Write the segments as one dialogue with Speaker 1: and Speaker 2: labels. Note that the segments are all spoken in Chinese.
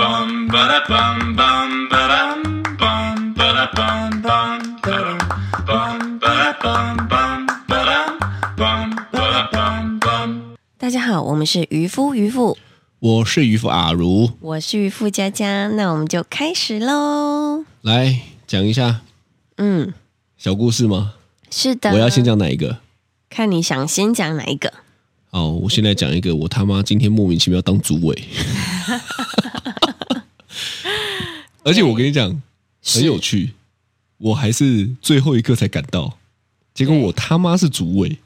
Speaker 1: bum ba da bum bum ba dum bum ba da bum bum ba dum bum ba da bum bum ba dum bum ba da bum bum.
Speaker 2: 大家好，我们是渔夫渔妇，
Speaker 3: 我是渔夫阿如，
Speaker 2: 我是渔夫佳佳，那我们就开始喽。
Speaker 3: 来讲一下
Speaker 2: 嗯，啊
Speaker 3: 小故事吗？
Speaker 2: 是的，
Speaker 3: 我要先讲哪一个？
Speaker 2: 看你想先讲哪一个。
Speaker 3: 哦，我现在讲一个，我他妈今天莫名其妙当主 委，而且我跟你讲很有趣，我还是最后一刻才赶到，结果我他妈是主委，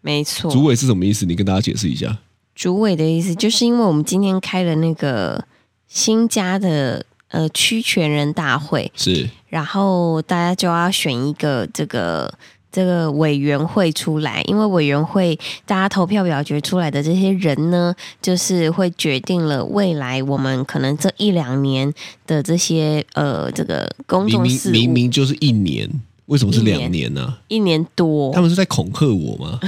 Speaker 2: 没错，
Speaker 3: 主委是什么意思？你跟大家解释一下。
Speaker 2: 主委的意思，就是因为我们今天开了那个新家的呃区权人大会，
Speaker 3: 是
Speaker 2: 然后大家就要选一个这个这个委员会出来，因为委员会大家投票表决出来的这些人呢，就是会决定了未来我们可能这一两年的这些呃这个公
Speaker 3: 明
Speaker 2: 众
Speaker 3: 明
Speaker 2: 事务
Speaker 3: 明明就是一年，为什么是两年呢、
Speaker 2: 一年多
Speaker 3: 他们是在恐吓 我吗？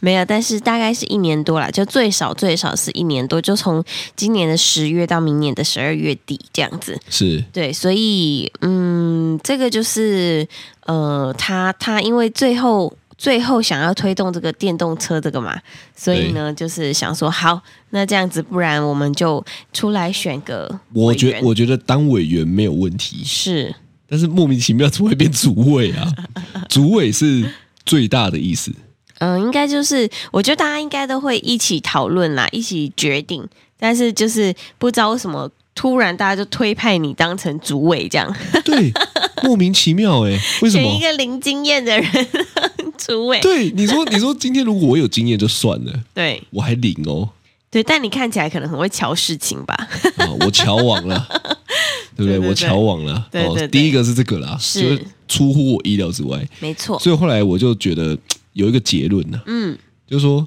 Speaker 2: 没有，但是大概是一年多啦，就最少最少是一年多，就从今年的十月到明年的十二月底这样子。
Speaker 3: 是
Speaker 2: 对，所以嗯，这个就是呃，他他因为最后最后想要推动这个电动车这个嘛，所以呢，就是想说好，那这样子，不然我们就出来选个
Speaker 3: 我
Speaker 2: 委
Speaker 3: 觉
Speaker 2: 员
Speaker 3: 我觉得当委员没有问题，
Speaker 2: 是
Speaker 3: 但是莫名其妙怎么会变主委 啊？主委是最大的意思，
Speaker 2: 嗯、应该就是我觉得大家应该都会一起讨论啦，一起决定，但是就是不知道为什么。突然，大家就推派你当成主委，这样
Speaker 3: 对，莫名其妙哎、为什
Speaker 2: 选一
Speaker 3: 么？
Speaker 2: 个零经验的人 当主委，
Speaker 3: 对，你说你说今天如果我有经验就算了，
Speaker 2: 对
Speaker 3: 我还领哦，
Speaker 2: 对，但你看起来可能很会瞧事情吧？
Speaker 3: 啊，我瞧 网了，对不
Speaker 2: 对对
Speaker 3: 对？
Speaker 2: 对
Speaker 3: 我瞧网了，
Speaker 2: 对对对
Speaker 3: 哦，第一个是这个啦，
Speaker 2: 是
Speaker 3: 就是出乎我意料之外，
Speaker 2: 没错，
Speaker 3: 所以后来我就觉得有一个结论呢、
Speaker 2: 嗯，
Speaker 3: 就是说，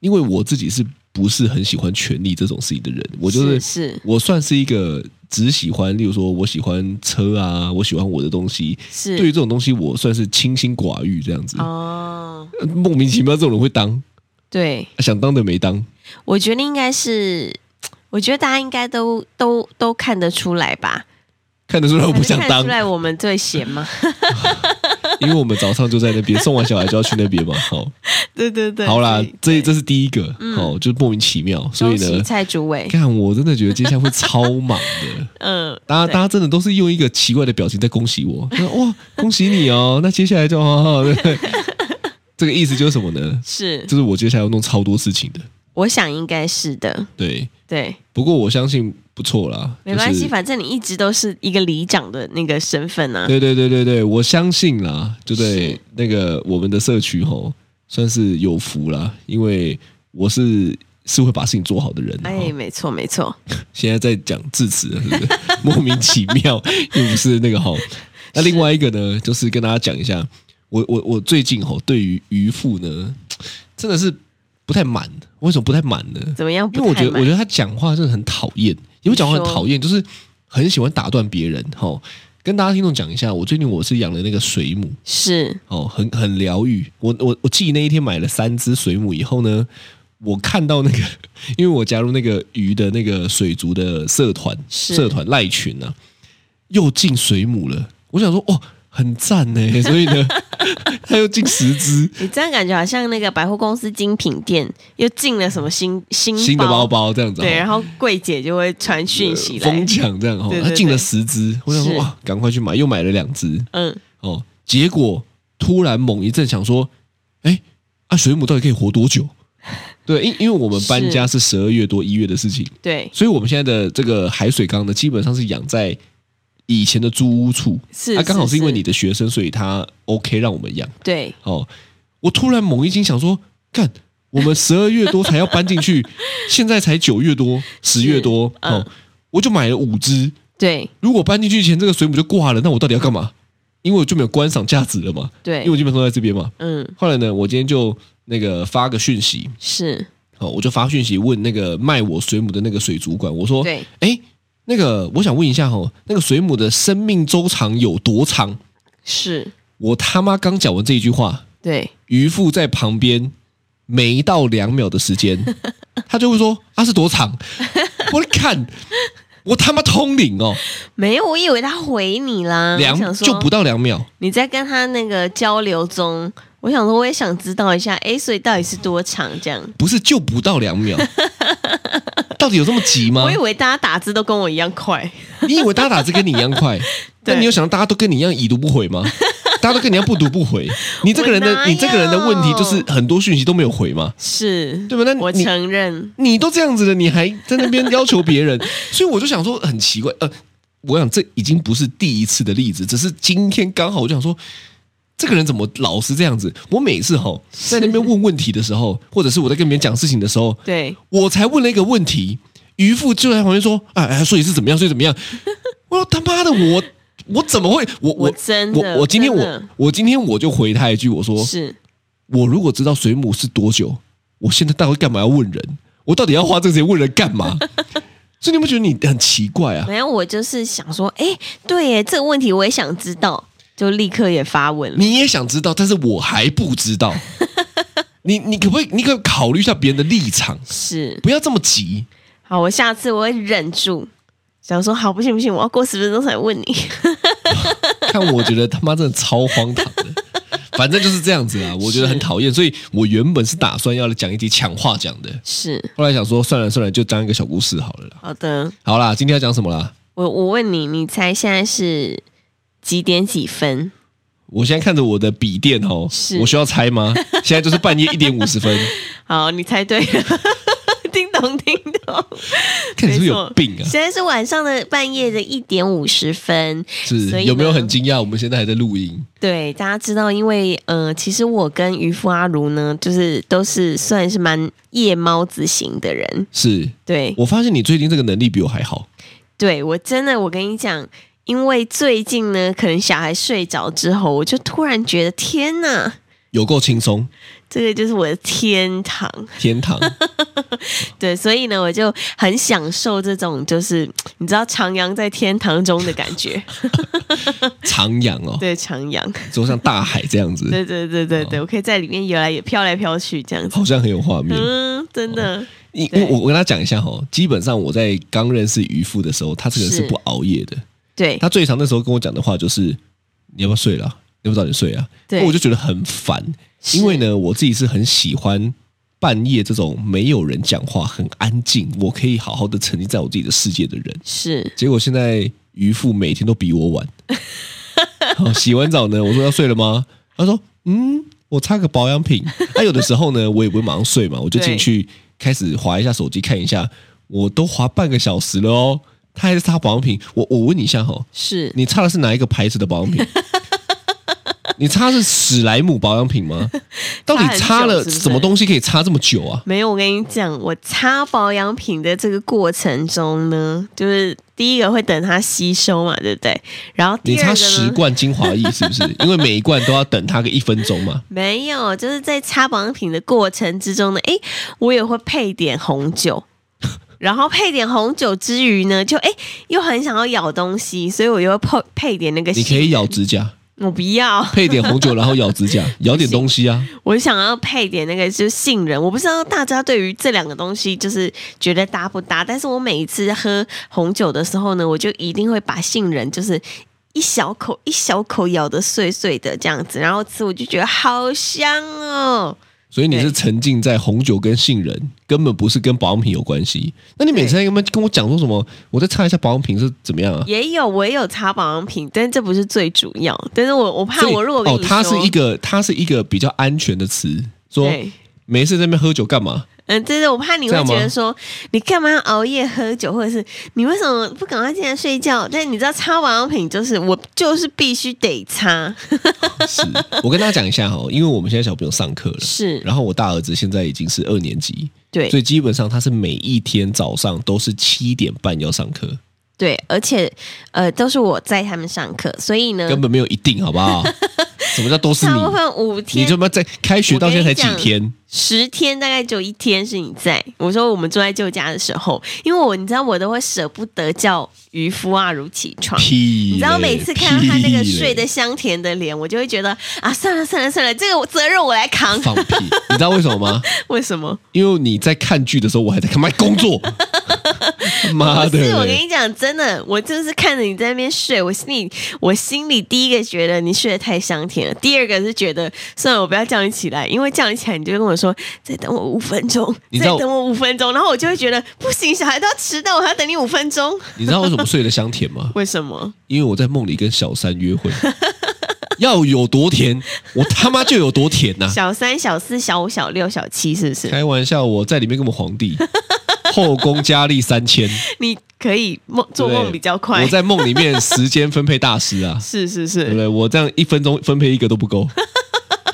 Speaker 3: 因为我自己是不是很喜欢权力这种事情的人，我就是
Speaker 2: 是是
Speaker 3: 我算是一个只喜欢，例如说我喜欢车啊，我喜欢我的东西，
Speaker 2: 是，
Speaker 3: 对于这种东西我算是清心寡欲这样子。
Speaker 2: 哦，
Speaker 3: 呃莫名其妙这种人会当，
Speaker 2: 对，
Speaker 3: 想当的没当，
Speaker 2: 我觉得应该是，我觉得大家应该都都都看得出来吧？
Speaker 3: 看得出哦来我不想
Speaker 2: 看得
Speaker 3: 当
Speaker 2: 出，来我们最闲 吗？
Speaker 3: 因为我们早上就在那边送完小孩就要去那边嘛。好，
Speaker 2: 对对对，
Speaker 3: 好啦
Speaker 2: 所以，
Speaker 3: 这
Speaker 2: 对
Speaker 3: 这是第一个，好，就是莫名其妙，所以
Speaker 2: 恭喜
Speaker 3: 呢。
Speaker 2: 蔡主委，
Speaker 3: 看，我真的觉得接下来会超忙的。
Speaker 2: 嗯，
Speaker 3: 大家，
Speaker 2: 对
Speaker 3: 大家真的都是用一个奇怪的表情在恭喜我。说哇，恭喜你哦！那接下来就好好，对不对这个意思就是什么呢？
Speaker 2: 是，
Speaker 3: 就是我接下来要弄超多事情的。
Speaker 2: 我想应该是的，
Speaker 3: 对，
Speaker 2: 对，
Speaker 3: 不过我相信不错啦，
Speaker 2: 没关
Speaker 3: 就
Speaker 2: 系，
Speaker 3: 是
Speaker 2: 反正你一直都是一个里长的那个身份呢、啊，
Speaker 3: 对对对对对，我相信啦，就对
Speaker 2: 是
Speaker 3: 那个我们的社区吼，算是有福啦，因为我是是会把事情做好的人。
Speaker 2: 哎，
Speaker 3: 哎，
Speaker 2: 没错没错，
Speaker 3: 现在在讲致辞了，是不是 莫名其妙，又不是那个吼。那另外一个呢，就是跟大家讲一下，我我我最近吼对于渔父呢，真的是不太满。为什么不太满呢？
Speaker 2: 怎么样？
Speaker 3: 因为我觉得，
Speaker 2: 不太
Speaker 3: 我
Speaker 2: 满
Speaker 3: 觉得他讲话真的很讨厌，也不讲话很讨厌，就是很喜欢打断别人。哈、跟大家听众讲一下，我最近我是养了那个水母，
Speaker 2: 是
Speaker 3: 哦，很很疗愈。我我我记得那一天买了三只水母以后呢，我看到那个，因为我加入那个鱼的那个水族的社团，
Speaker 2: 是
Speaker 3: 社团赖群啊，又进水母了。我想说，哦，很赞呢，所以呢， 他又进十只。
Speaker 2: 你这样感觉好像那个百货公司精品店又进了什么新新
Speaker 3: 新的包包这样子，
Speaker 2: 对，
Speaker 3: 哦
Speaker 2: 然后柜姐就会传讯息来，
Speaker 3: 疯抢这样哦
Speaker 2: 对，对
Speaker 3: 他进了
Speaker 2: 对
Speaker 3: 十只，我想
Speaker 2: 是
Speaker 3: 说哇，赶快去买，又买了两只
Speaker 2: 嗯，
Speaker 3: 哦。结果突然猛一阵想说，哎，啊，水母到底可以活多久？ 对，因因为我们搬家是十二月多一月的事情，
Speaker 2: 对，
Speaker 3: 所以我们现在的这个海水缸呢，基本上是养在以前的租屋处，
Speaker 2: 是
Speaker 3: 啊，刚好是因为，你
Speaker 2: 是
Speaker 3: 的学生，所以他 OK 让我们养
Speaker 2: 对，
Speaker 3: 哦。我突然猛一惊想说，干，我们十二月多才要搬进去，现在才九月多、十月多
Speaker 2: 嗯
Speaker 3: 哦，我就买了五只，
Speaker 2: 对，
Speaker 3: 如果搬进去前这个水母就挂了，那我到底要干嘛？因为我就没有观赏价值了嘛，因为
Speaker 2: 对，
Speaker 3: 我基本上都在这边嘛。
Speaker 2: 嗯，
Speaker 3: 后来呢，我今天就那个发个讯息，
Speaker 2: 是，
Speaker 3: 哦，我就发讯息问那个卖我水母的那个水族馆，我说，
Speaker 2: 对，
Speaker 3: 哎，那个我想问一下哦，那个水母的生命周长有多长？
Speaker 2: 是，
Speaker 3: 我他妈刚讲完这一句话，
Speaker 2: 对，
Speaker 3: 渔夫在旁边没 到两秒的时间，他就会说啊是多长？我看我他妈通灵哦，
Speaker 2: 没有，我以为他回你啦。嗯我
Speaker 3: 两
Speaker 2: 想说
Speaker 3: 就不到两秒，
Speaker 2: 你在跟他那个交流中，我想说我也想知道一下，哎，所以到底是多长这样？
Speaker 3: 不是就不到两 秒，到底有这么急吗
Speaker 2: 我以？为大家打字都跟我一样快，
Speaker 3: 你以为大家打字跟你一样 快，但你有想到大家都跟你一样已读不回吗？大家都跟你一样不读不回，你这个人
Speaker 2: 我
Speaker 3: 的
Speaker 2: 哪
Speaker 3: 你这个人的问题就是很多讯息都没有回嘛，
Speaker 2: 是
Speaker 3: 对吧？那
Speaker 2: 我
Speaker 3: 你
Speaker 2: 承认，
Speaker 3: 你都这样子了，你还在那边要求别 人，所以我就想说很奇怪，呃，我想这已经不是第一次的例子，只是今天刚好我就想说，这个人怎么老是这样子？我每次吼在那边问问题的时候，或者是我在跟别人讲事情的时候，
Speaker 2: 对，
Speaker 3: 我才问了一个问题，渔夫就在旁边说：“哎哎，所以是怎么样？所以怎么样？”我说：“他妈的，我我怎么会？我
Speaker 2: 我真的
Speaker 3: 我我今天
Speaker 2: 真
Speaker 3: 我
Speaker 2: 的
Speaker 3: 我今天我就回他一句，我说
Speaker 2: 是
Speaker 3: 我如果知道水母是多久，我现在到底干嘛要问人？我到底要花这个时间问人干嘛？所以你不觉得你很奇怪啊？
Speaker 2: 没有，我就是想说，哎，对耶，这个问题我也想知道，就立刻也发问了。
Speaker 3: 你也想知道，但是我还不知道。你你可不可以？你可不可以考虑一下别人的立场，
Speaker 2: 是，
Speaker 3: 不要这么急。
Speaker 2: 好，我下次我会忍住，想说好，不行不行，我要过十分钟才问你。
Speaker 3: 看，我觉得他妈真的超荒唐的。反正就是这样子啊，我觉得很讨厌，所以我原本是打算要来讲一集强化讲的，
Speaker 2: 是，
Speaker 3: 后来想说算了算了，就当一个小故事好了啦。
Speaker 2: 好的，
Speaker 3: 好啦，今天要讲什么啦？
Speaker 2: 我我问你，你猜现在是几点几分？
Speaker 3: 我现在看着我的笔电哦
Speaker 2: 是，
Speaker 3: 我需要猜吗？现在就是半夜一点五 十分，
Speaker 2: 好，你猜对了， 叮咚叮咚，
Speaker 3: 看你是不是
Speaker 2: 没
Speaker 3: 有
Speaker 2: 错
Speaker 3: 病啊？
Speaker 2: 现在是晚上的半夜的一点五十分。所
Speaker 3: 是
Speaker 2: 以呢
Speaker 3: 有没有很惊讶？我们现在还在录音，
Speaker 2: 对，大家知道，因为呃，其实我跟渔夫阿如呢，就是都是算是蛮夜猫子型的人。
Speaker 3: 是
Speaker 2: 对，
Speaker 3: 我发现你最近这个能力比我还好，
Speaker 2: 对我真的，我跟你讲，因为最近呢，可能小孩睡着之后，我就突然觉得，天哪！
Speaker 3: 有够轻松，
Speaker 2: 这个就是我的天堂，
Speaker 3: 天 堂
Speaker 2: 对，所以呢，我就很享受这种就是你知道徜徉在天堂中的感 觉，
Speaker 3: 徜徉哦，
Speaker 2: 对，徜徉，
Speaker 3: 就像大海这样子，
Speaker 2: 对对对对
Speaker 3: 哦
Speaker 2: 对，我可以在里面游来也飘来飘去这样子，
Speaker 3: 好像很有画面。
Speaker 2: 嗯，真的
Speaker 3: 因
Speaker 2: 对
Speaker 3: 因为我我跟他讲一下哦，基本上我在刚认识渔夫的时候，他这个人是
Speaker 2: 是
Speaker 3: 不熬夜的。
Speaker 2: 对
Speaker 3: 他最常那时候跟我讲的话就是：“你要不要睡了啊、你要不要早点睡啊？”
Speaker 2: 对
Speaker 3: 我就觉得很烦，因为呢，我自己是很喜欢半夜这种没有人讲话、很安静，我可以好好的沉浸在我自己的世界的人。
Speaker 2: 是
Speaker 3: 结果现在渔夫每天都比我 晚。好洗完澡呢，我说要睡了吗？他说：“嗯，我擦个保养品。那、有的时候呢，我也不会马上睡嘛，我就进去开始划一下手机，看一下。我都划半个小时了哦，他还在擦保养品。我我问你一下哈、哦，
Speaker 2: 是，
Speaker 3: 你擦的是哪一个牌子的保 养品？你擦的是史莱姆保养 品吗？到底擦了
Speaker 2: 是不是
Speaker 3: 什么东西可以擦这么久啊？
Speaker 2: 没有，我跟你讲，我擦保养品的这个过程中呢，就是第一个会等它吸收嘛，对不对？然后
Speaker 3: 你
Speaker 2: 第二
Speaker 3: 擦
Speaker 2: 个
Speaker 3: 十
Speaker 2: 呢，
Speaker 3: 罐精华液是不是？ 因为每一罐都要等它个一分钟嘛。
Speaker 2: 没有，就是在擦保养品的过程之中呢，诶，我也会配点红酒。 然后配点红酒之余呢，就诶又很想要咬东西，所以我又配配点那个。
Speaker 3: 你可以，咬指甲，
Speaker 2: 我不要，
Speaker 3: 配点红酒，然后咬指 甲，咬点东西啊。
Speaker 2: 我想要配点那个就是杏仁，我不知道大家对于这两个东西就是觉得搭不搭，但是我每一次喝红酒的时候呢，我就一定会把杏仁就是一小口一小口咬的碎碎的这样子，然后吃我就觉得好香哦。
Speaker 3: 所以你是
Speaker 2: 对
Speaker 3: 沉浸在红酒跟杏仁，根本不是跟保养品有关系。那你每次在跟跟我讲说什么？我再擦一下保养品是怎么样啊？
Speaker 2: 也有我也有擦保养品，但这不是最主要。但是我我怕
Speaker 3: 所以
Speaker 2: 我如果跟
Speaker 3: 哦，
Speaker 2: 你说，
Speaker 3: 它是一个它是一个比较安全的词，说
Speaker 2: 对。
Speaker 3: 没事在那边喝酒干嘛？
Speaker 2: 嗯，对对，我怕你
Speaker 3: 这
Speaker 2: 会
Speaker 3: 样吗
Speaker 2: 觉得说，你干嘛要熬夜喝酒，或者是你为什么不赶快进来睡觉？但你知道擦保养品就是我就是必须得擦，
Speaker 3: 是我跟大家讲一下哈，因为我们现在小朋友上课了，
Speaker 2: 是
Speaker 3: 然后我大儿子现在已经是二年级，
Speaker 2: 对
Speaker 3: 所以基本上他是每一天早上都是七点半要上课，
Speaker 2: 对，而且呃都是我载他们上课，所以呢，
Speaker 3: 根本没有一定，好不 好？什么叫都是
Speaker 2: 大部
Speaker 3: 你？
Speaker 2: 分五
Speaker 3: 你
Speaker 2: 天
Speaker 3: 这么在开学到现在才几天？
Speaker 2: 十天大概只有一天是你在。我说我们住在舅家的时候，因为我你知道我都会舍不得叫渔夫阿如起床，
Speaker 3: 屁
Speaker 2: 你
Speaker 3: 嘞！
Speaker 2: 知道每次看到他那个睡
Speaker 3: 屁
Speaker 2: 得
Speaker 3: 嘞
Speaker 2: 香甜的脸，我就会觉得啊，算了算了算了，这个责任我来扛。
Speaker 3: 放屁，你知道为什么吗？
Speaker 2: 为什么？
Speaker 3: 因为你在看剧的时候，我还在看妈工作， 妈
Speaker 2: 不
Speaker 3: 的
Speaker 2: 是，我跟
Speaker 3: 嘞！
Speaker 2: 你讲，真的，我就是看着你在那边睡，我心里，我心里第一个觉得你睡得太香甜了，第二个是觉得，算了，我不要叫你起来，因为叫你起来，你就会跟我说再等我五分钟，
Speaker 3: 你知
Speaker 2: 再
Speaker 3: 道
Speaker 2: 等我五分钟，然后我就会觉得不行，小孩都要迟到，我还要等你五分钟，
Speaker 3: 你知道为什么睡得香甜吗？
Speaker 2: 为什么？
Speaker 3: 因为我在梦里跟小三约会， 要有多甜，我他妈就有多甜呐、
Speaker 2: 小三、小四、小五、小六、小七，是不是？
Speaker 3: 开玩笑，我在里面根本皇帝， 后宫佳丽三千，
Speaker 2: 你可以梦做
Speaker 3: 对不
Speaker 2: 梦
Speaker 3: 对
Speaker 2: 比较快，
Speaker 3: 我，在梦里面时间分配大师啊
Speaker 2: 是是
Speaker 3: 对不
Speaker 2: 是，
Speaker 3: 对？我这样一分钟分配一个都不 够。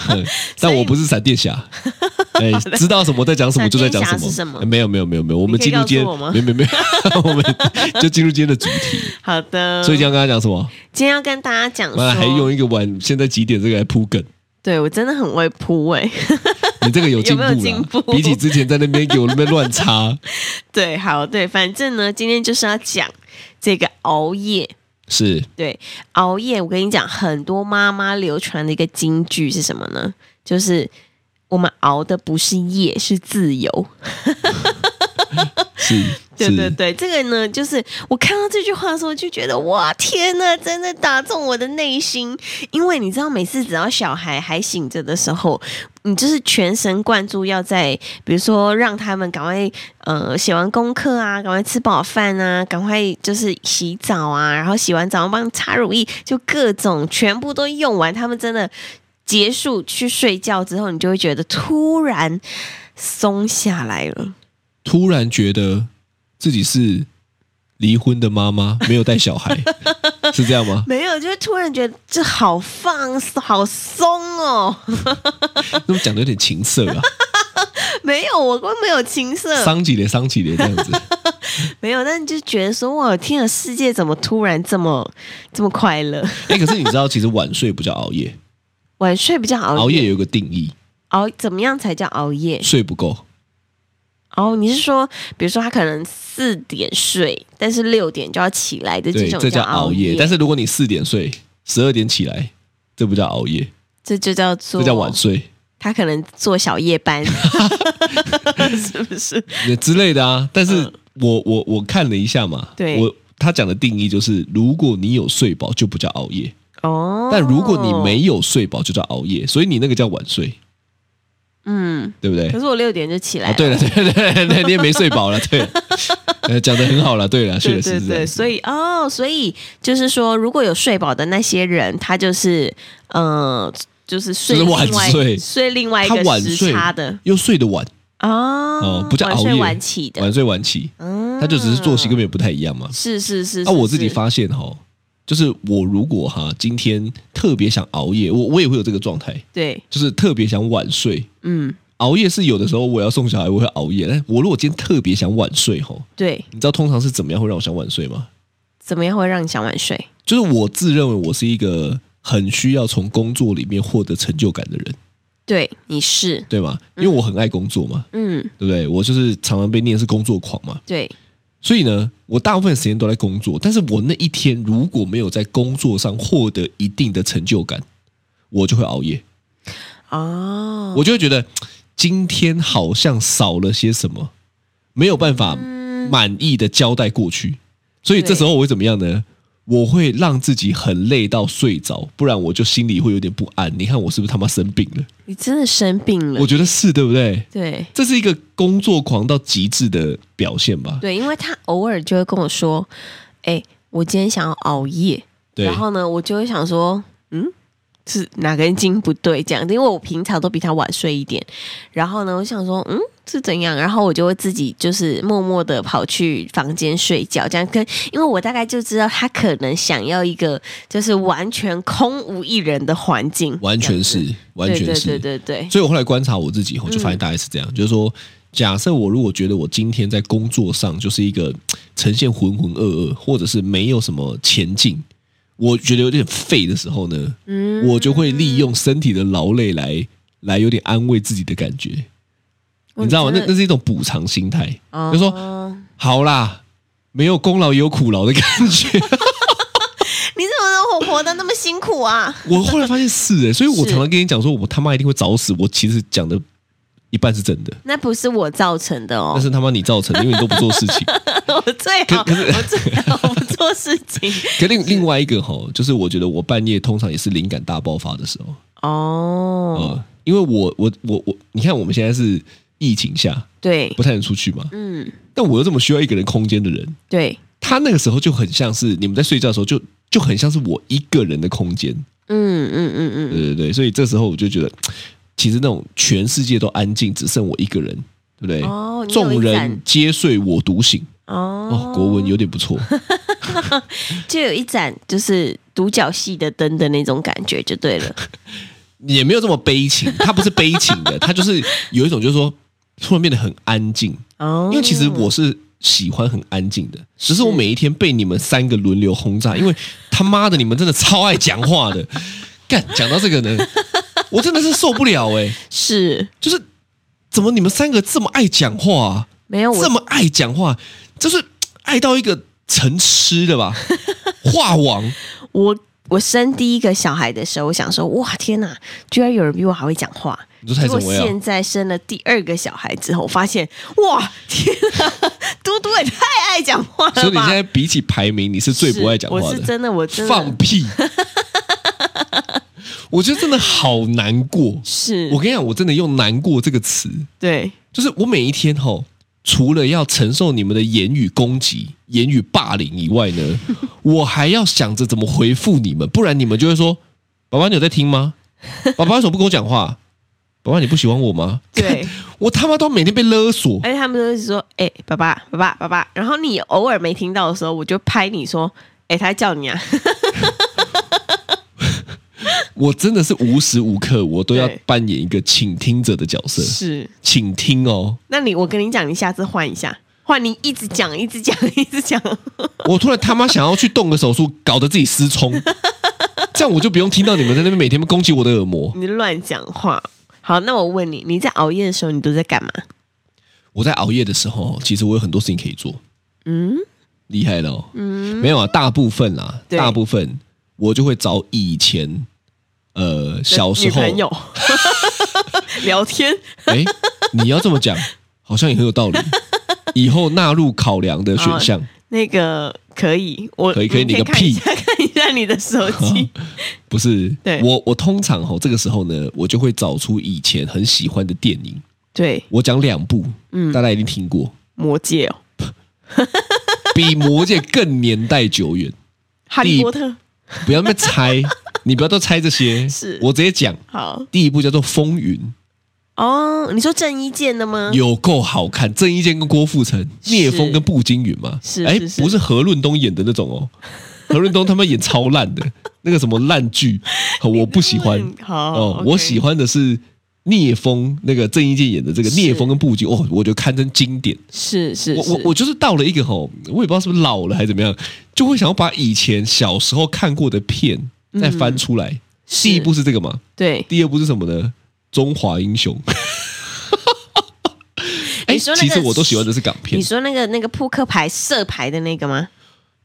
Speaker 3: 哼但我不是闪电侠， 哎，知道什么在讲什么就在讲什
Speaker 2: 闪电侠
Speaker 3: 么。
Speaker 2: 是什么
Speaker 3: 哎没有没有没有没有，我们
Speaker 2: 你可以
Speaker 3: 进入今天，
Speaker 2: 告诉我吗
Speaker 3: 没有 没有没有，我们就进入今天的主题。
Speaker 2: 好的。
Speaker 3: 所以今天要跟他讲什么？
Speaker 2: 今天要跟大家讲
Speaker 3: 妈的还用
Speaker 2: 说，
Speaker 3: 一个晚现在几点这个来铺梗？
Speaker 2: 对我真的很会铺位。
Speaker 3: 你这个有进步
Speaker 2: 有没有进
Speaker 3: 啦，
Speaker 2: 步
Speaker 3: 比起之前在那边给我那边乱插，
Speaker 2: 对，好，对，反正呢，今天就是要讲这个熬夜。
Speaker 3: 是
Speaker 2: 对，熬夜，我跟你讲，很多妈妈流传的一个金句是什么呢？就是我们熬的不是夜，是自由。
Speaker 3: 是
Speaker 2: 对对
Speaker 3: 是，
Speaker 2: 对，这个呢，就是我看到这句话的时候，就觉得哇，天呐，真的打中我的内心。因为你知道，每次只要小孩还醒着的时候，你就是全神贯注要在，比如说让他们赶快呃写完功课啊，赶快吃饱饭啊，赶快就是洗澡啊，然后洗完澡帮擦乳液，就各种全部都用完，他们真的。结束去睡觉之后，你就会觉得突然松下来了。
Speaker 3: 突然觉得自己是离婚的妈妈，没有带小孩， 是这样吗？
Speaker 2: 没有，就是突然觉得这好放松好松哦。
Speaker 3: 那么讲的有点情色啊，
Speaker 2: 没有，我根本没有情色，
Speaker 3: 桑几的桑几的这样子，
Speaker 2: 没有，但是就觉得说，哇，天啊，世界怎么突然这么这么快乐？
Speaker 3: 哎、可是你知道，其实晚睡不叫熬夜，
Speaker 2: 晚睡比较 熬
Speaker 3: 熬夜有一个定义，
Speaker 2: 熬怎么样才叫熬夜？
Speaker 3: 睡不够。
Speaker 2: 哦，你是说，比如说他可能四点睡，但是六点就要起来的这
Speaker 3: 对，
Speaker 2: 种
Speaker 3: 这叫
Speaker 2: 熬
Speaker 3: 熬夜。但是如果你四点睡，十二点起来，这不叫熬夜，
Speaker 2: 这就叫
Speaker 3: 这
Speaker 2: 做
Speaker 3: 叫晚睡，
Speaker 2: 他可能做小夜 班， 是不是？
Speaker 3: 那之类的啊。但是我我我看了一下嘛，
Speaker 2: 嗯对
Speaker 3: 我他讲的定义就是，如果你有睡饱，就不叫熬夜；
Speaker 2: 哦，
Speaker 3: 但如果你，没有睡饱，就叫熬夜。所以你那个叫晚睡，
Speaker 2: 嗯，
Speaker 3: 对不对
Speaker 2: 可？是我六点就起来
Speaker 3: 哦
Speaker 2: 了，，
Speaker 3: 对了，对对对对，你也没睡饱了，对，呃，讲的很好了， 对了，确
Speaker 2: 对
Speaker 3: 实
Speaker 2: 对
Speaker 3: 是这
Speaker 2: 对，
Speaker 3: 样。
Speaker 2: 所以哦，所以就是说，如果有睡饱的那些人，他就是嗯、呃就是睡
Speaker 3: 就是
Speaker 2: 另
Speaker 3: 晚
Speaker 2: 外
Speaker 3: 睡
Speaker 2: 另外一
Speaker 3: 他
Speaker 2: 个
Speaker 3: 晚
Speaker 2: 时
Speaker 3: 睡
Speaker 2: 差的
Speaker 3: 又睡得晚，
Speaker 2: 哦
Speaker 3: 哦不叫
Speaker 2: 晚
Speaker 3: 熬
Speaker 2: 睡
Speaker 3: 夜
Speaker 2: 晚起的，
Speaker 3: 晚睡晚起，
Speaker 2: 嗯，
Speaker 3: 他就只是作息根本也不太一样嘛。
Speaker 2: 是是是
Speaker 3: 啊，我自己，
Speaker 2: 是
Speaker 3: 发现哈，就是我如果哈今天特别想熬夜，我我也会有这个状态，
Speaker 2: 对，
Speaker 3: 就是特别想晚睡。
Speaker 2: 嗯，
Speaker 3: 熬夜是有的时候我要送小孩，我会熬夜。但我如果今天特别想晚睡吼，
Speaker 2: 对，
Speaker 3: 你知道通常是怎么样会让我想晚睡吗？
Speaker 2: 怎么样会让你想晚睡？
Speaker 3: 就是我自认为我是一个很需要从工作里面获得成就感的人，
Speaker 2: 对，你是，
Speaker 3: 对吗？因为我很爱工作嘛，
Speaker 2: 嗯，
Speaker 3: 对不对？我就是常常被念是工作狂嘛，
Speaker 2: 对，
Speaker 3: 所以呢，我大部分时间都在工作，但是我那一天如果没有在工作上获得一定的成就感，我就会熬夜，
Speaker 2: 哦，
Speaker 3: 我就会觉得嘖今天好像少了些什么，没有办法满意的交代过去，所以这时候我会怎么样呢？我会让自己很累到睡着，不然我就心里会有点不安。你看我是不是他妈生病了？
Speaker 2: 你真的生病了
Speaker 3: 我，觉得是对不对？
Speaker 2: 对。
Speaker 3: 这是一个工作狂到极致的表现吧？
Speaker 2: 对，因为他偶尔就会跟我说：“哎、我今天想要熬夜。”
Speaker 3: 对
Speaker 2: 然后呢，我就会想说：“嗯，是哪根筋不对？”这样，因为我平常都比他晚睡一点。然后呢，我想说：“嗯，是怎样？”然后我就会自己就是默默的跑去房间睡觉，这样跟，因为我大概就知道他可能想要一个就是完全空无一人的环境，
Speaker 3: 完
Speaker 2: 这样
Speaker 3: 全
Speaker 2: 子
Speaker 3: 是，完全是，
Speaker 2: 对对对对对，
Speaker 3: 所以我后来观察我自己，我就发现大概是这样，就是说，假设我如果觉得我今天在工作上就是一个嘖呈现浑浑噩噩，或者是没有什么前进，我觉得有点废的时候呢，
Speaker 2: 嗯，
Speaker 3: 我就会利用身体的劳累来来有点安慰自己的感觉，你知道吗？那那是一种补偿心态，
Speaker 2: 那
Speaker 3: 就说
Speaker 2: 哦
Speaker 3: 好啦，没有功劳也有苦劳的感觉。
Speaker 2: 你怎么能活活得那么辛苦啊？
Speaker 3: 我后来发现是哎、所以我
Speaker 2: 是
Speaker 3: 常常跟你讲说，我他妈一定会早死。我其实讲的一半是真的，
Speaker 2: 那不是我造成的
Speaker 3: 但
Speaker 2: 哦，
Speaker 3: 是他妈你造成的，因为你都不做事 情。
Speaker 2: 我最好
Speaker 3: 可可是
Speaker 2: 我最好不做事 情
Speaker 3: 可另另外一个哈，就是我觉得我半夜通常也是灵感大爆发的时候，
Speaker 2: 哦，
Speaker 3: 呃，因为我我我我，你看我们现在是疫情下
Speaker 2: 对
Speaker 3: 不，太能出去嘛，
Speaker 2: 嗯，
Speaker 3: 但我又这么需要一个人空间的人，
Speaker 2: 对，
Speaker 3: 他那个时候就很像是你们在睡觉的时候就，就很像是我一个人的空间，
Speaker 2: 嗯嗯嗯
Speaker 3: 对
Speaker 2: 嗯，
Speaker 3: 对对，所以这时候我就觉得，其实那种全世界都安静，只剩我一个人，对不对？
Speaker 2: 哦你有一
Speaker 3: 众人
Speaker 2: 盏
Speaker 3: 皆睡我独醒，
Speaker 2: 哦
Speaker 3: 哦，国文有点不错，
Speaker 2: 就有一盏就是独角戏的灯的那种感觉就对了，
Speaker 3: 也没有这么悲情，他不是悲情的，他就是有一种就是说，突然变得很安静，
Speaker 2: 哦，
Speaker 3: 因为其实我是喜欢很安静的，只是我每一天被你们三个轮流轰炸，因为他妈的你们真的超爱讲话 的。干，讲到这个呢，我真的是受不了哎、
Speaker 2: 是
Speaker 3: 就是怎么你们三个这么爱讲话、啊，
Speaker 2: 没有我
Speaker 3: 这么爱讲话，就是爱到一个成痴的 吧，话王。
Speaker 2: 我我生第一个小孩的时候，我想说，哇，天哪，居然有人比我还会讲话。
Speaker 3: 你说蔡
Speaker 2: 结果
Speaker 3: 成威啊
Speaker 2: 现在生了第二个小孩之后，我发现，哇，天哪，嘟嘟也太爱讲话了吧！
Speaker 3: 所以你现在比起排名，你是最不爱讲话
Speaker 2: 我是真的，我真的
Speaker 3: 放屁。 我觉得真的好难过，
Speaker 2: 是，
Speaker 3: 我跟你讲，我真的用“难过”这个词，
Speaker 2: 对
Speaker 3: 就是我每一天吼、除了要承受你们的言语攻击、言语霸凌以外呢， 我还要想着怎么回复你们，不然你们就会说：“爸爸，你有在听吗？爸爸为什么不跟我讲话？爸爸，你不喜欢我吗？”
Speaker 2: 对，
Speaker 3: 我他妈都每天被勒索，
Speaker 2: 而且他们都是说，哎、爸爸，爸爸，爸爸。然后你偶尔没听到的时候，我就拍你说，哎、他在叫你啊，
Speaker 3: 我真的是无时无刻我都要
Speaker 2: 对
Speaker 3: 扮演一个倾听者的角 色，
Speaker 2: 是。
Speaker 3: 请听哦。
Speaker 2: 那你，我跟你讲，你下次换一下，换你一直讲，一直讲，一直讲。
Speaker 3: 我突然他妈想要去动个手术，搞得自己 失聪，这样我就不用听到你们在那边每天攻击我的耳膜。
Speaker 2: 你乱讲话。好，那我问你，你在熬夜的时候，你都在干嘛？
Speaker 3: 我在熬夜的时候，其实我有很多事情可以做。嗯，厉害了、哦。嗯，没有啊，大部分啦，
Speaker 2: 对
Speaker 3: 大部分我就会找以前呃小时候
Speaker 2: 女朋， 友 聊天，
Speaker 3: 哎，你要这么讲，好像也很 有道理。以后纳入考量的选项，
Speaker 2: 那个可以，我
Speaker 3: 可以可以
Speaker 2: 你
Speaker 3: 你个
Speaker 2: 看一下看一下你的手机，
Speaker 3: 啊 不是？
Speaker 2: 哦对
Speaker 3: 我我通常哦，这个时候呢，我就会找出以前很喜欢的电影。
Speaker 2: 对，
Speaker 3: 我讲两部，
Speaker 2: 嗯
Speaker 3: 大家一定听过，
Speaker 2: 魔戒哦，
Speaker 3: 比《魔戒》更年代 久远。
Speaker 2: 哈利波特，
Speaker 3: 不要那么猜，你不要都猜这些，
Speaker 2: 是
Speaker 3: 我直接讲。
Speaker 2: 好
Speaker 3: 第一部叫做《风云
Speaker 2: 哦，你说郑伊健的吗》，？
Speaker 3: 有够好看。郑伊健跟郭富城、
Speaker 2: 嗯是
Speaker 3: 聂风跟步惊云嘛，
Speaker 2: 是
Speaker 3: 哎
Speaker 2: 是是
Speaker 3: 不是何润东演的那种哦，何润东他们演超烂的那个什么烂剧，好我不喜欢
Speaker 2: 嗯好
Speaker 3: 哦，
Speaker 2: OK
Speaker 3: 我喜欢的是聂风那个郑伊健演的这个
Speaker 2: 是
Speaker 3: 聂风跟步惊，哦，我觉得堪称经典。
Speaker 2: 是是
Speaker 3: 我
Speaker 2: 是，
Speaker 3: 我我就是到了一个吼，我也不知道是不是老了还是怎么样，就会想要把以前小时候看过的片
Speaker 2: 嗯
Speaker 3: 再翻出来。第一部是这个嘛，
Speaker 2: 对，
Speaker 3: 第二部是什么呢？中华 英雄。哎、
Speaker 2: 你说那
Speaker 3: 其
Speaker 2: 个
Speaker 3: 实我都喜欢的是港片
Speaker 2: 你，说那个那个扑克牌射牌的那个吗？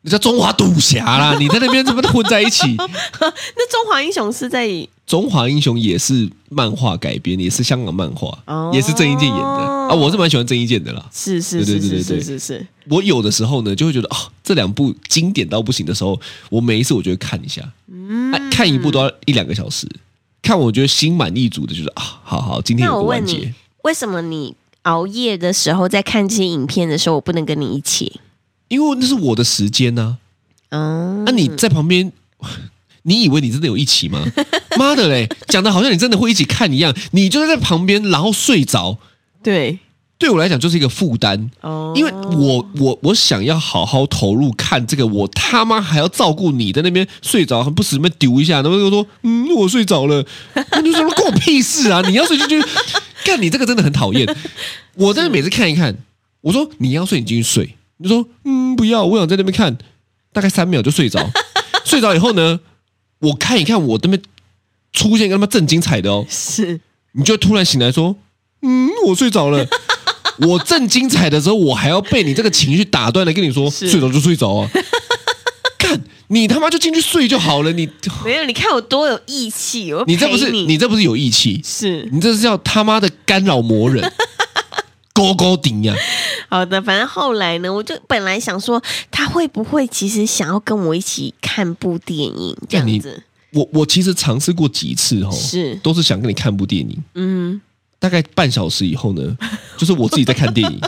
Speaker 3: 你叫中华赌侠啦，你在那边怎么混在 一起？
Speaker 2: 那中华英雄是在
Speaker 3: 中华英雄也是漫画改编，也是香港漫画，
Speaker 2: 哦
Speaker 3: 也是郑伊健演的啊，我是蛮喜欢郑伊健的啦。
Speaker 2: 是是
Speaker 3: 对
Speaker 2: 是
Speaker 3: 对对
Speaker 2: 是
Speaker 3: 对
Speaker 2: 是是是，
Speaker 3: 我有的时候呢，就会觉得啊、这两部经典到不行的时候，我每一次我就会看一下，
Speaker 2: 嗯
Speaker 3: 啊看一部都要一两个小时，看我觉得心满意足的，就是啊，好好，今天
Speaker 2: 那
Speaker 3: 有
Speaker 2: 我
Speaker 3: 个完
Speaker 2: 问你
Speaker 3: 结。，
Speaker 2: 为什么你熬夜的时候在看这些影片的时候，我不能跟你一起？
Speaker 3: 因为那是我的时间呐、
Speaker 2: 嗯，
Speaker 3: 啊，你在旁边， 你以为你真的有一起吗？妈的嘞，讲的好像你真的会一起看一样，你就是在旁边然后睡着，
Speaker 2: 对，
Speaker 3: 对我来讲就是一个负担。
Speaker 2: 哦
Speaker 3: 因为我我我想要好好投入看这个，我他妈还要照顾你在那边睡着，还不时那边丢一下，然后就说嗯我睡着了， 那你就说关我屁事啊！你要睡就就干，你这个真的很讨厌。我在那每次看一看，我说你要睡你进去睡，你就说嗯不要，我想在那边看，大概三秒就睡着， 睡着以后呢，我看一看我那边出现一个他妈正精彩的哦，
Speaker 2: 是
Speaker 3: 你就突然醒来说：“嗯，我睡着 了。”我正 精彩的时候，我还要被你这个情绪打断的，跟你说
Speaker 2: 是
Speaker 3: 睡着就睡着啊！看你他妈就进去睡就好了，你
Speaker 2: 没有，你看我多有义气，我
Speaker 3: 你这不是
Speaker 2: 陪你
Speaker 3: 你这不是有义气，
Speaker 2: 是
Speaker 3: 你这是要他妈的干扰 魔人，勾勾顶呀、
Speaker 2: 好的，反正后来呢，我就本来想说他会不会其实想要跟我一起看部电影这样子，
Speaker 3: 我我其实尝试过几次哦，
Speaker 2: 是
Speaker 3: 都是想跟你看部电影，
Speaker 2: 嗯，
Speaker 3: 大概半小时以后呢， 就是我自己在看电影，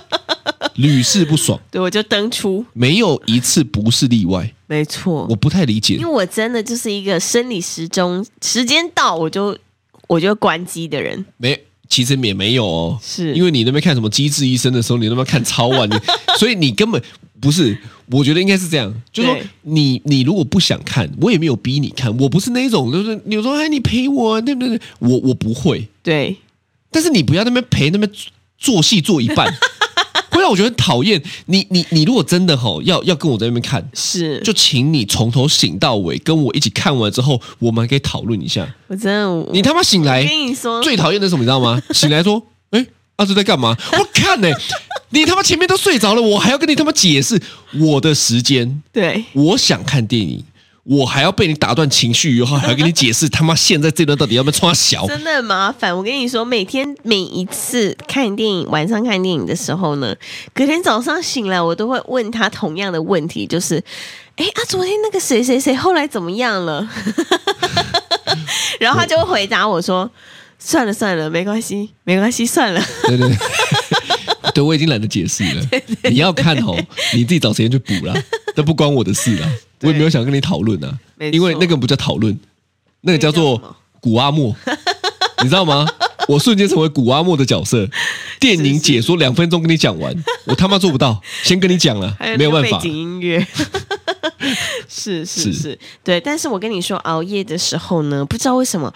Speaker 3: 屡试不爽，
Speaker 2: 对，我就登出，
Speaker 3: 没有一次不是例外。
Speaker 2: 没错
Speaker 3: 我，不太理解
Speaker 2: 因为，我真的就是一个生理时钟时间到我就我就关机的人，
Speaker 3: 没其实也没有哦，
Speaker 2: 是
Speaker 3: 因为你那边看什么《机智医生》的时候，你那边看超 晚，你所以你根本不是。我觉得应该是这样，就是说
Speaker 2: 对
Speaker 3: 你你如果不想看，我也没有逼你看，我不是那一种，就是你说哎你陪我啊，对不对？我我不会，
Speaker 2: 对，
Speaker 3: 但是你不要在那边陪那边做戏做一 半，会让我觉得很讨厌。你你你如果真的吼、要要跟我在那边看，
Speaker 2: 是，
Speaker 3: 就请你从头醒到尾，跟我一起看完之后，我们还可以讨论一下。
Speaker 2: 我真的我
Speaker 3: 你他妈醒来
Speaker 2: 我跟你说
Speaker 3: 最讨厌的是什么，你知道吗？醒来说，哎、阿志在干嘛？ 我看呢、你他妈前面都睡着了，我还要跟你他妈解释我的时间，
Speaker 2: 对
Speaker 3: 我想看电影。我还要被你打断情绪以后，还要跟你解释他妈现在这段到底要不要穿小？
Speaker 2: 真的很麻烦。我跟你说，每天每一次看电影，晚上看电影的时候呢，隔天早上醒来，我都会问他同样的问题，就是，哎啊，昨天那个谁谁谁后来怎么样了？ 然后他就会回答我说。算了算了，没关系，没关系，算了。
Speaker 3: 对 对对，对我已经懒得解释了。你要看哦，你自己找时间去补啦，那不关我的事啦，我
Speaker 2: 对
Speaker 3: 也没有想跟你讨论啊，
Speaker 2: 没错
Speaker 3: 因为那个不叫讨论，那个叫
Speaker 2: 那个叫什
Speaker 3: 做
Speaker 2: 么
Speaker 3: 古阿莫，你知道吗？我瞬间成为古阿莫的角色，电影解说两分钟跟你讲完，我他妈做不到，先跟你讲了
Speaker 2: 还有，
Speaker 3: 没
Speaker 2: 那
Speaker 3: 有
Speaker 2: 个
Speaker 3: 办
Speaker 2: 背
Speaker 3: 法。
Speaker 2: 景音乐， 是是
Speaker 3: 是
Speaker 2: 是，对。但是我跟你说，熬夜的时候呢，不知道为什么，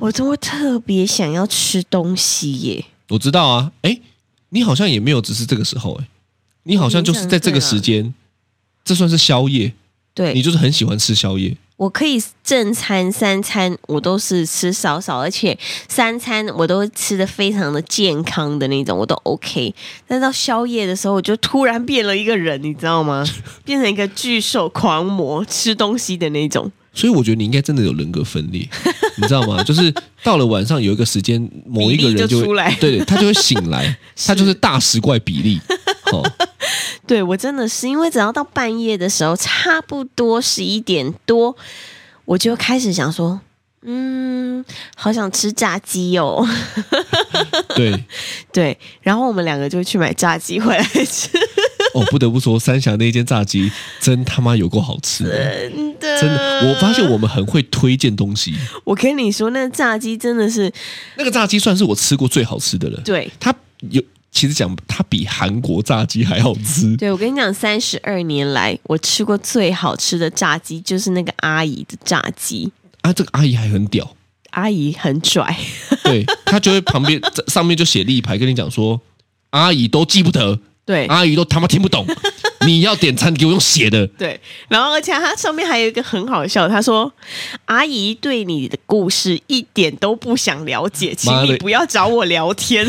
Speaker 2: 我都会特别想要吃东西耶。
Speaker 3: 我知道啊，哎，你好像也没有只是这个时候，哎，你好像就是在这个时间，这算是宵夜，
Speaker 2: 啊对，
Speaker 3: 你就是很喜欢吃宵夜。
Speaker 2: 我可以正餐、三餐我都是吃少少，而且三餐我都吃的非常的健康的那种，我都 OK。但到宵夜的时候，我就突然变了一个人，你知道吗？ 变成一个巨兽狂魔，吃东西的那种。
Speaker 3: 所以我觉得你应该真的有人格分 裂，你知道吗？就是到了晚上有一个时间，某一个人
Speaker 2: 比例
Speaker 3: 会
Speaker 2: 就出来
Speaker 3: 对对，他就会 醒来，他就是大食怪比例。哦，
Speaker 2: 对我真的是，因为只要到半夜的时候，差不多十一点多，我就开始想说，嗯，好想吃炸鸡哦。
Speaker 3: 对
Speaker 2: 对，然后我们两个就去买炸鸡回来吃。
Speaker 3: 哦，不得不说，三峡那间炸鸡真他妈有够好吃的，
Speaker 2: 真的，
Speaker 3: 真的。我发现我们很会推荐东西，
Speaker 2: 我跟你说，那炸鸡真的是
Speaker 3: 那个炸鸡算是我吃过最好吃的了。
Speaker 2: 对。
Speaker 3: 它有，其实讲它比韩国炸鸡还好吃。
Speaker 2: 对，我跟你讲，三十二年来，我吃过最好吃的炸鸡就是那个阿姨的炸鸡，
Speaker 3: 啊，这个阿姨还很屌，
Speaker 2: 阿姨很拽，
Speaker 3: 对她就会旁边上面就写立牌跟你讲说，阿姨都记不得。
Speaker 2: 对、
Speaker 3: 阿姨都他妈听不 懂。你要点餐给我用写的，
Speaker 2: 对，然后而且它上面还有一个很好笑的，他说阿姨对你的故事一点都不想了解，请
Speaker 3: 妈
Speaker 2: 你
Speaker 3: 的
Speaker 2: 不要找我聊 天。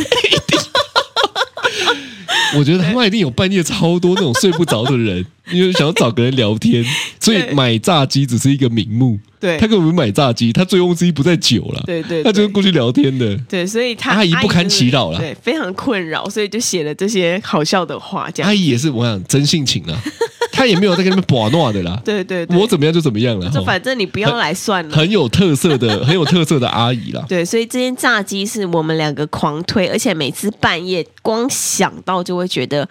Speaker 3: 我觉得他妈一定有半夜超多那种睡不着 的人，因为想要找个人聊天，所以
Speaker 2: 对
Speaker 3: 买炸鸡只是一个名目。
Speaker 2: 对
Speaker 3: 他根本没买炸鸡，他醉翁之意不在酒啦，
Speaker 2: 对对对
Speaker 3: 他就是过去聊天的。
Speaker 2: 对，所以他
Speaker 3: 阿姨不堪
Speaker 2: 就是
Speaker 3: 其扰啦
Speaker 2: 对，非常困扰，所以就写了这些好笑的话，这样
Speaker 3: 阿。姨也是我想真性情啦，他也没有在跟你们把闹的啦，
Speaker 2: 对对对，
Speaker 3: 我怎么样就怎么样了，
Speaker 2: 就
Speaker 3: 吼
Speaker 2: 反正你不要来算了。
Speaker 3: 哦很有特 色的，很有特色的阿姨啦。
Speaker 2: 对，所以这间炸鸡是我们两个狂推，而且每次半夜光想到就会觉得，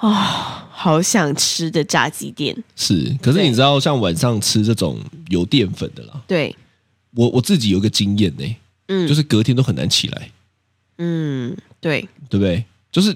Speaker 2: 哦，好想吃的炸鸡店。
Speaker 3: 是，可是
Speaker 2: 对
Speaker 3: 你知道，像晚上吃这种有淀粉的啦，
Speaker 2: 对，
Speaker 3: 我我自己有一个经验呢、
Speaker 2: 嗯，
Speaker 3: 就是隔天都很难起来。
Speaker 2: 嗯，对，
Speaker 3: 对不对？就是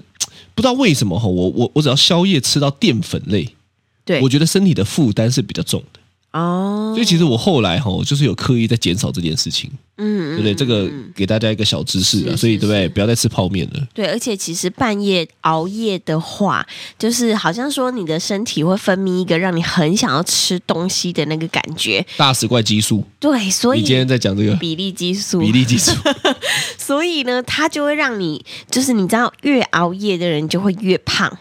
Speaker 3: 不知道为什么哈，我我我只要宵夜吃到淀粉类，
Speaker 2: 对，
Speaker 3: 我觉得身体的负担是比较重的。
Speaker 2: 哦，
Speaker 3: 所以其实我后来哈，就是有刻意在减少这件事情，
Speaker 2: 嗯，
Speaker 3: 对不对？
Speaker 2: 嗯
Speaker 3: 这个
Speaker 2: 嗯
Speaker 3: 给大家一个小知识啊，
Speaker 2: 是
Speaker 3: 所以
Speaker 2: 是
Speaker 3: 对不对？不要再吃泡面了。
Speaker 2: 对，而且其实半夜熬夜的话，就是好像说你的身体会分泌一个让你很想要吃东西的那个感觉。
Speaker 3: 大食怪激素，
Speaker 2: 对，所
Speaker 3: 你今
Speaker 2: 以
Speaker 3: 天在讲这个
Speaker 2: 比例激素，
Speaker 3: 比例激素，
Speaker 2: 所以呢，它就会让你，就是你知道，越熬夜的人就会越胖，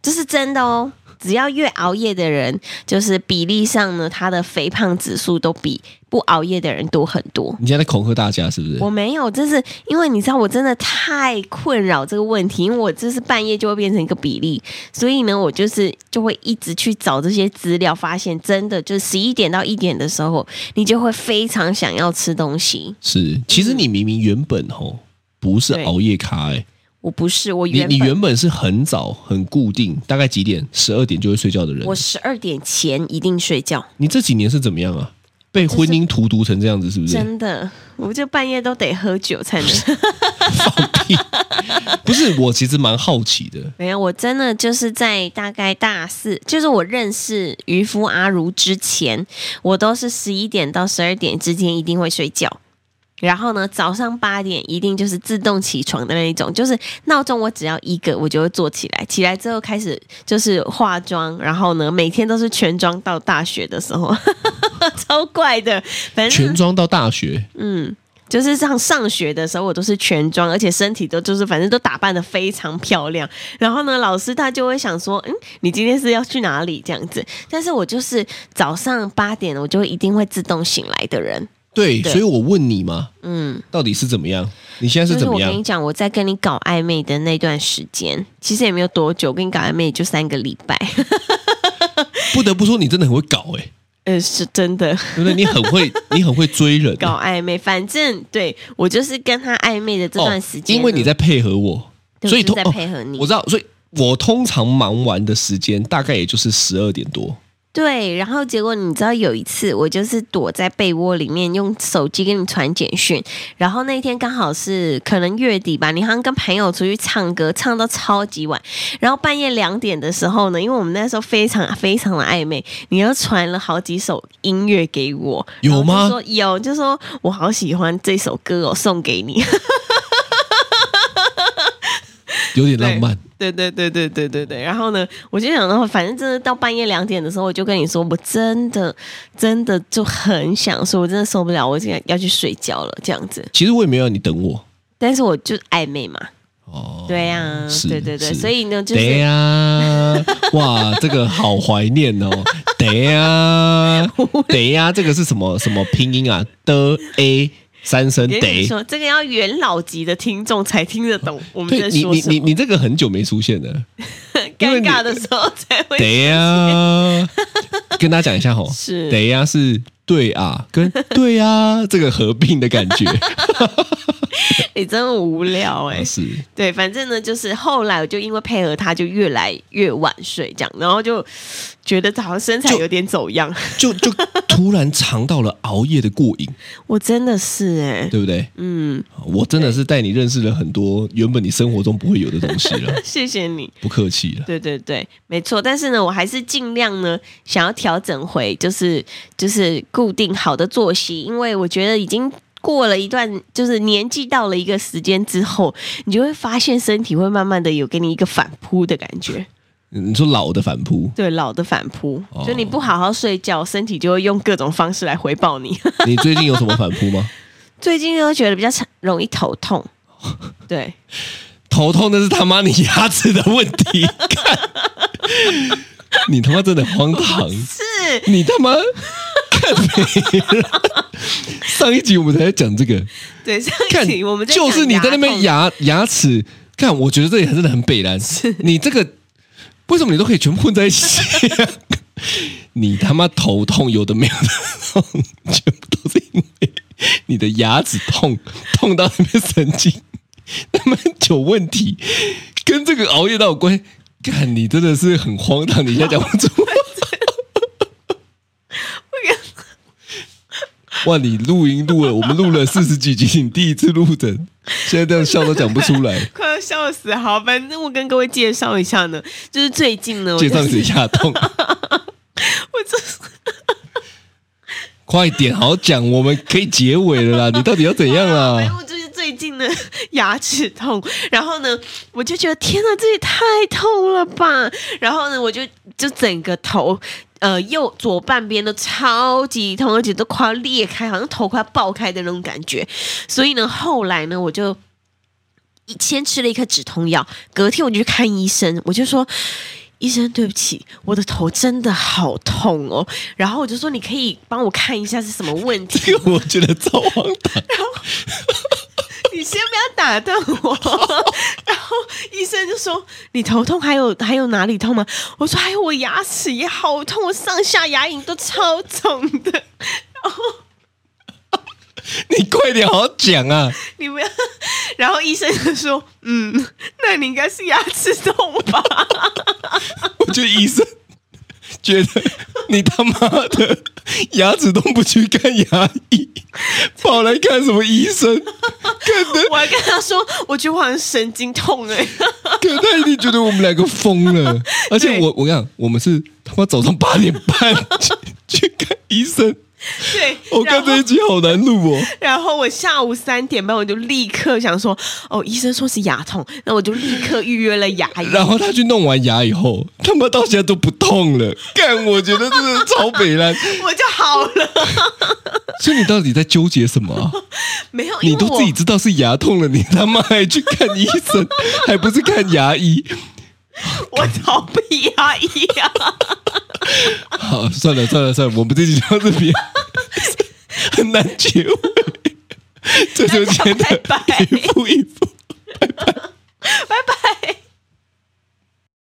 Speaker 2: 这是真的哦，只要越熬夜的人，就是比例上呢，他的肥胖指数都比不熬夜的人多很多。
Speaker 3: 你现在在恐吓大家是不是？
Speaker 2: 我没有，就是因为你知道，我真的太困扰这个问题，因为我就是半夜就会变成一个比例，所以呢，我就是就会一直去找这些资料，发现真的就十一点到一点的时候，你就会非常想要吃东西。
Speaker 3: 是，其
Speaker 2: 嗯
Speaker 3: 实你明明原本吼不是熬夜咖哎、
Speaker 2: 我不是，我
Speaker 3: 你
Speaker 2: 原
Speaker 3: 你
Speaker 2: 本
Speaker 3: 原本是很早很固定，大概几点？十二点就会睡觉的人
Speaker 2: 我。十二点前一定睡觉，
Speaker 3: 你这几年是怎么样啊？被婚姻荼毒成这样子是不是？
Speaker 2: 真的，我就半夜都得喝酒才能。
Speaker 3: 不是，我其实蛮好奇的。
Speaker 2: 没有，我真的就是在大概大四，就是我认识渔夫阿如之前，我都是十一点到十二点之间一定会睡觉。然后呢，早上八点一定就是自动起床的那一种，就是闹钟我只要一个，我就会坐起来。起来之后开始就是化妆，然后呢，每天都是全妆到大学的时候， 超怪的。反正
Speaker 3: 全装到大学，
Speaker 2: 嗯，就是上上学的时候，我都是全妆，而且身体都就是反正都打扮的非常漂亮。然后呢，老师他就会想说，嗯，你今天是要去哪里这样子？但是我就是早上八点，我就一定会自动醒来的人。
Speaker 3: 对，
Speaker 2: 对
Speaker 3: 所以我问你嘛，
Speaker 2: 嗯，
Speaker 3: 到底是怎么样？你现在
Speaker 2: 就是
Speaker 3: 怎
Speaker 2: 是我
Speaker 3: 么
Speaker 2: 跟你
Speaker 3: 样？
Speaker 2: 讲，我在跟你搞暧昧的那段时间，其实也没有多久，我跟你搞暧昧也就三个礼拜。
Speaker 3: 不得不说，你真的很会搞哎、
Speaker 2: 呃，是真的。
Speaker 3: 对不对？你很 会，你很会追人、
Speaker 2: 搞暧昧，反正对我就是跟他暧昧的这段时间呢、
Speaker 3: 哦，因为你在配合我，
Speaker 2: 对
Speaker 3: 所以
Speaker 2: 我就是
Speaker 3: 通
Speaker 2: 在配合你
Speaker 3: 哦我知道，所以我通常忙完的时间大概也就是十二点多。
Speaker 2: 对，然后结果你知道有一次，我就是躲在被窝里面用手机给你传简讯，然后那天刚好是可能月底吧，你好像跟朋友出去唱歌，唱到超级晚，然后半夜两点的时候呢，因为我们那时候非常非常的暧昧，你又传了好几首音乐给我，
Speaker 3: 有
Speaker 2: 然后就
Speaker 3: 吗
Speaker 2: 说有，就说我好喜欢这首歌哦，送给你。
Speaker 3: 有点浪漫。
Speaker 2: 对对对对对对对。然后呢，我就想到，反正真的到半夜两点的时候，我就跟你说，我真的真的就很想说，我真的受不了，我现在要去睡觉了这样子。
Speaker 3: 其实我也没有让你等我
Speaker 2: 但是我就暧昧嘛，
Speaker 3: 哦。
Speaker 2: 对呀、
Speaker 3: 是
Speaker 2: 对对对，
Speaker 3: 是
Speaker 2: 所以呢，就
Speaker 3: 对
Speaker 2: 是
Speaker 3: 呀、 哇，这个好怀念哦。对呀、 对呀、这个是什么什么拼音啊？的 a 三声
Speaker 2: 跟你
Speaker 3: 得。
Speaker 2: 说，这个要元老级的听众才听得懂我们
Speaker 3: 对
Speaker 2: 在
Speaker 3: 你
Speaker 2: 说
Speaker 3: 你
Speaker 2: 什
Speaker 3: 你
Speaker 2: 么，
Speaker 3: 你这个很久没出现了。因为
Speaker 2: 尴
Speaker 3: 你
Speaker 2: 尬的时候才会。
Speaker 3: 对呀、跟大家讲一下 吼，
Speaker 2: 是
Speaker 3: 对呀、是对啊，跟对呀、这个合并的感 觉、
Speaker 2: 你真的无聊哎、
Speaker 3: 啊、是。
Speaker 2: 对，反正呢，就是后来我就因为配合他，就越来越晚睡这样，然后就觉得好像身材
Speaker 3: 就
Speaker 2: 有点走样。
Speaker 3: 就就突然尝到了熬夜的过瘾，
Speaker 2: 我真的是哎、
Speaker 3: 对不对？
Speaker 2: 嗯，，
Speaker 3: 我真的是带你认识了很多原本你生活中不会有的东西了
Speaker 2: 谢谢你。
Speaker 3: 不客气了。
Speaker 2: 对对对，没错。但是呢，我还是尽量呢，想要调整回，就是就是固定好的作息，因为我觉得已经过了一段，就是年纪到了一个时间之后，你就会发现身体会慢慢的有给你一个反扑的感 觉，，
Speaker 3: 嗯你说老的反扑
Speaker 2: 对老的反扑，
Speaker 3: 哦
Speaker 2: 就你不好好睡觉，身体就会用各种方式来回报你。
Speaker 3: 你最近有什么反扑吗？
Speaker 2: 最近又觉得比较常容易头 痛，对。
Speaker 3: 头痛那是他妈你牙齿的问题，看你他妈真的荒唐，
Speaker 2: 是
Speaker 3: 你他妈看没了。上一集我们才在讲这个，
Speaker 2: 对，上
Speaker 3: 看
Speaker 2: 一集 我们在
Speaker 3: 就是
Speaker 2: 讲
Speaker 3: 你在那边
Speaker 2: 痛，
Speaker 3: 牙牙齿，看我觉得这里真的很北蓝，你这个为什么你都可以全部混在一起、 你他妈头痛有的没有的痛，全部都是因为你的牙齿痛，痛到那边神经他妈有问题，跟这个熬夜到有关系。看你真的是很荒唐，你现在讲不出话。哇，你录音录了，我们录了四十几集，你第一次录的，现在这样笑都讲不出来
Speaker 2: 快要笑死！好，反正我跟各位介绍一下呢，就是最近呢，我
Speaker 3: 介
Speaker 2: 就
Speaker 3: 绍
Speaker 2: 是
Speaker 3: 你牙痛，
Speaker 2: 我就是
Speaker 3: 快点，好好讲，我们可以结尾 了啦，你到底要怎样啊
Speaker 2: 反正
Speaker 3: 啦？
Speaker 2: 我就是最近呢牙齿痛，然后呢，我就觉得天哪，这也太痛了吧！然后呢，我就就整个头。呃，右左半边都超级痛，而且都快要裂开，好像头快要爆开的那种感觉。所以呢，后来呢，我就先吃了一颗止痛药，隔天我就去看医生，我就说。医生，对不起，我的头真的好痛哦。”然后我就说：“你可以帮我看一下是什么问题
Speaker 3: 这个我觉得超荒唐。
Speaker 2: 你先不要打断我。 然后医生就说：“你头痛还有还有哪里痛吗？”我说：“还有我牙齿也好痛，我上下牙龈都超肿的。” 然后
Speaker 3: 你快点好好讲啊！
Speaker 2: 你不要，然后医生就说：“嗯，那你应该是牙齿痛吧
Speaker 3: 我觉得医生觉得你他妈的牙齿痛不去看牙 医，跑来看什么医生？可？”能
Speaker 2: 我还跟他说：“我觉得我好像神经痛哎、
Speaker 3: 可能他一定觉得我们两个疯了。而且
Speaker 2: 对
Speaker 3: 我我跟你讲，我们是他妈早上八点半去去看医生。
Speaker 2: 对，
Speaker 3: 我
Speaker 2: 然
Speaker 3: 看
Speaker 2: 后
Speaker 3: 这一集好难录哦。
Speaker 2: 然后我下午三点半我就立刻想说：“哦，医生说是牙痛，那我就立刻预约了牙医。”
Speaker 3: 然后他去弄完牙以后， 他妈到现在都不痛了。干，我觉得真的是超北蓝。
Speaker 2: 我就好了，
Speaker 3: 所以你到底在纠结什么 啊、
Speaker 2: 没有，
Speaker 3: 你
Speaker 2: 因为
Speaker 3: 都
Speaker 2: 我
Speaker 3: 自己知道是牙痛了，你他妈还去看医生， 还不是看牙医？
Speaker 2: 我逃避牙医啊，
Speaker 3: 好，算了算了算了，我们这集就到这 边，很难结尾。这就真
Speaker 2: 拜
Speaker 3: 的
Speaker 2: 拜
Speaker 3: 一步一步。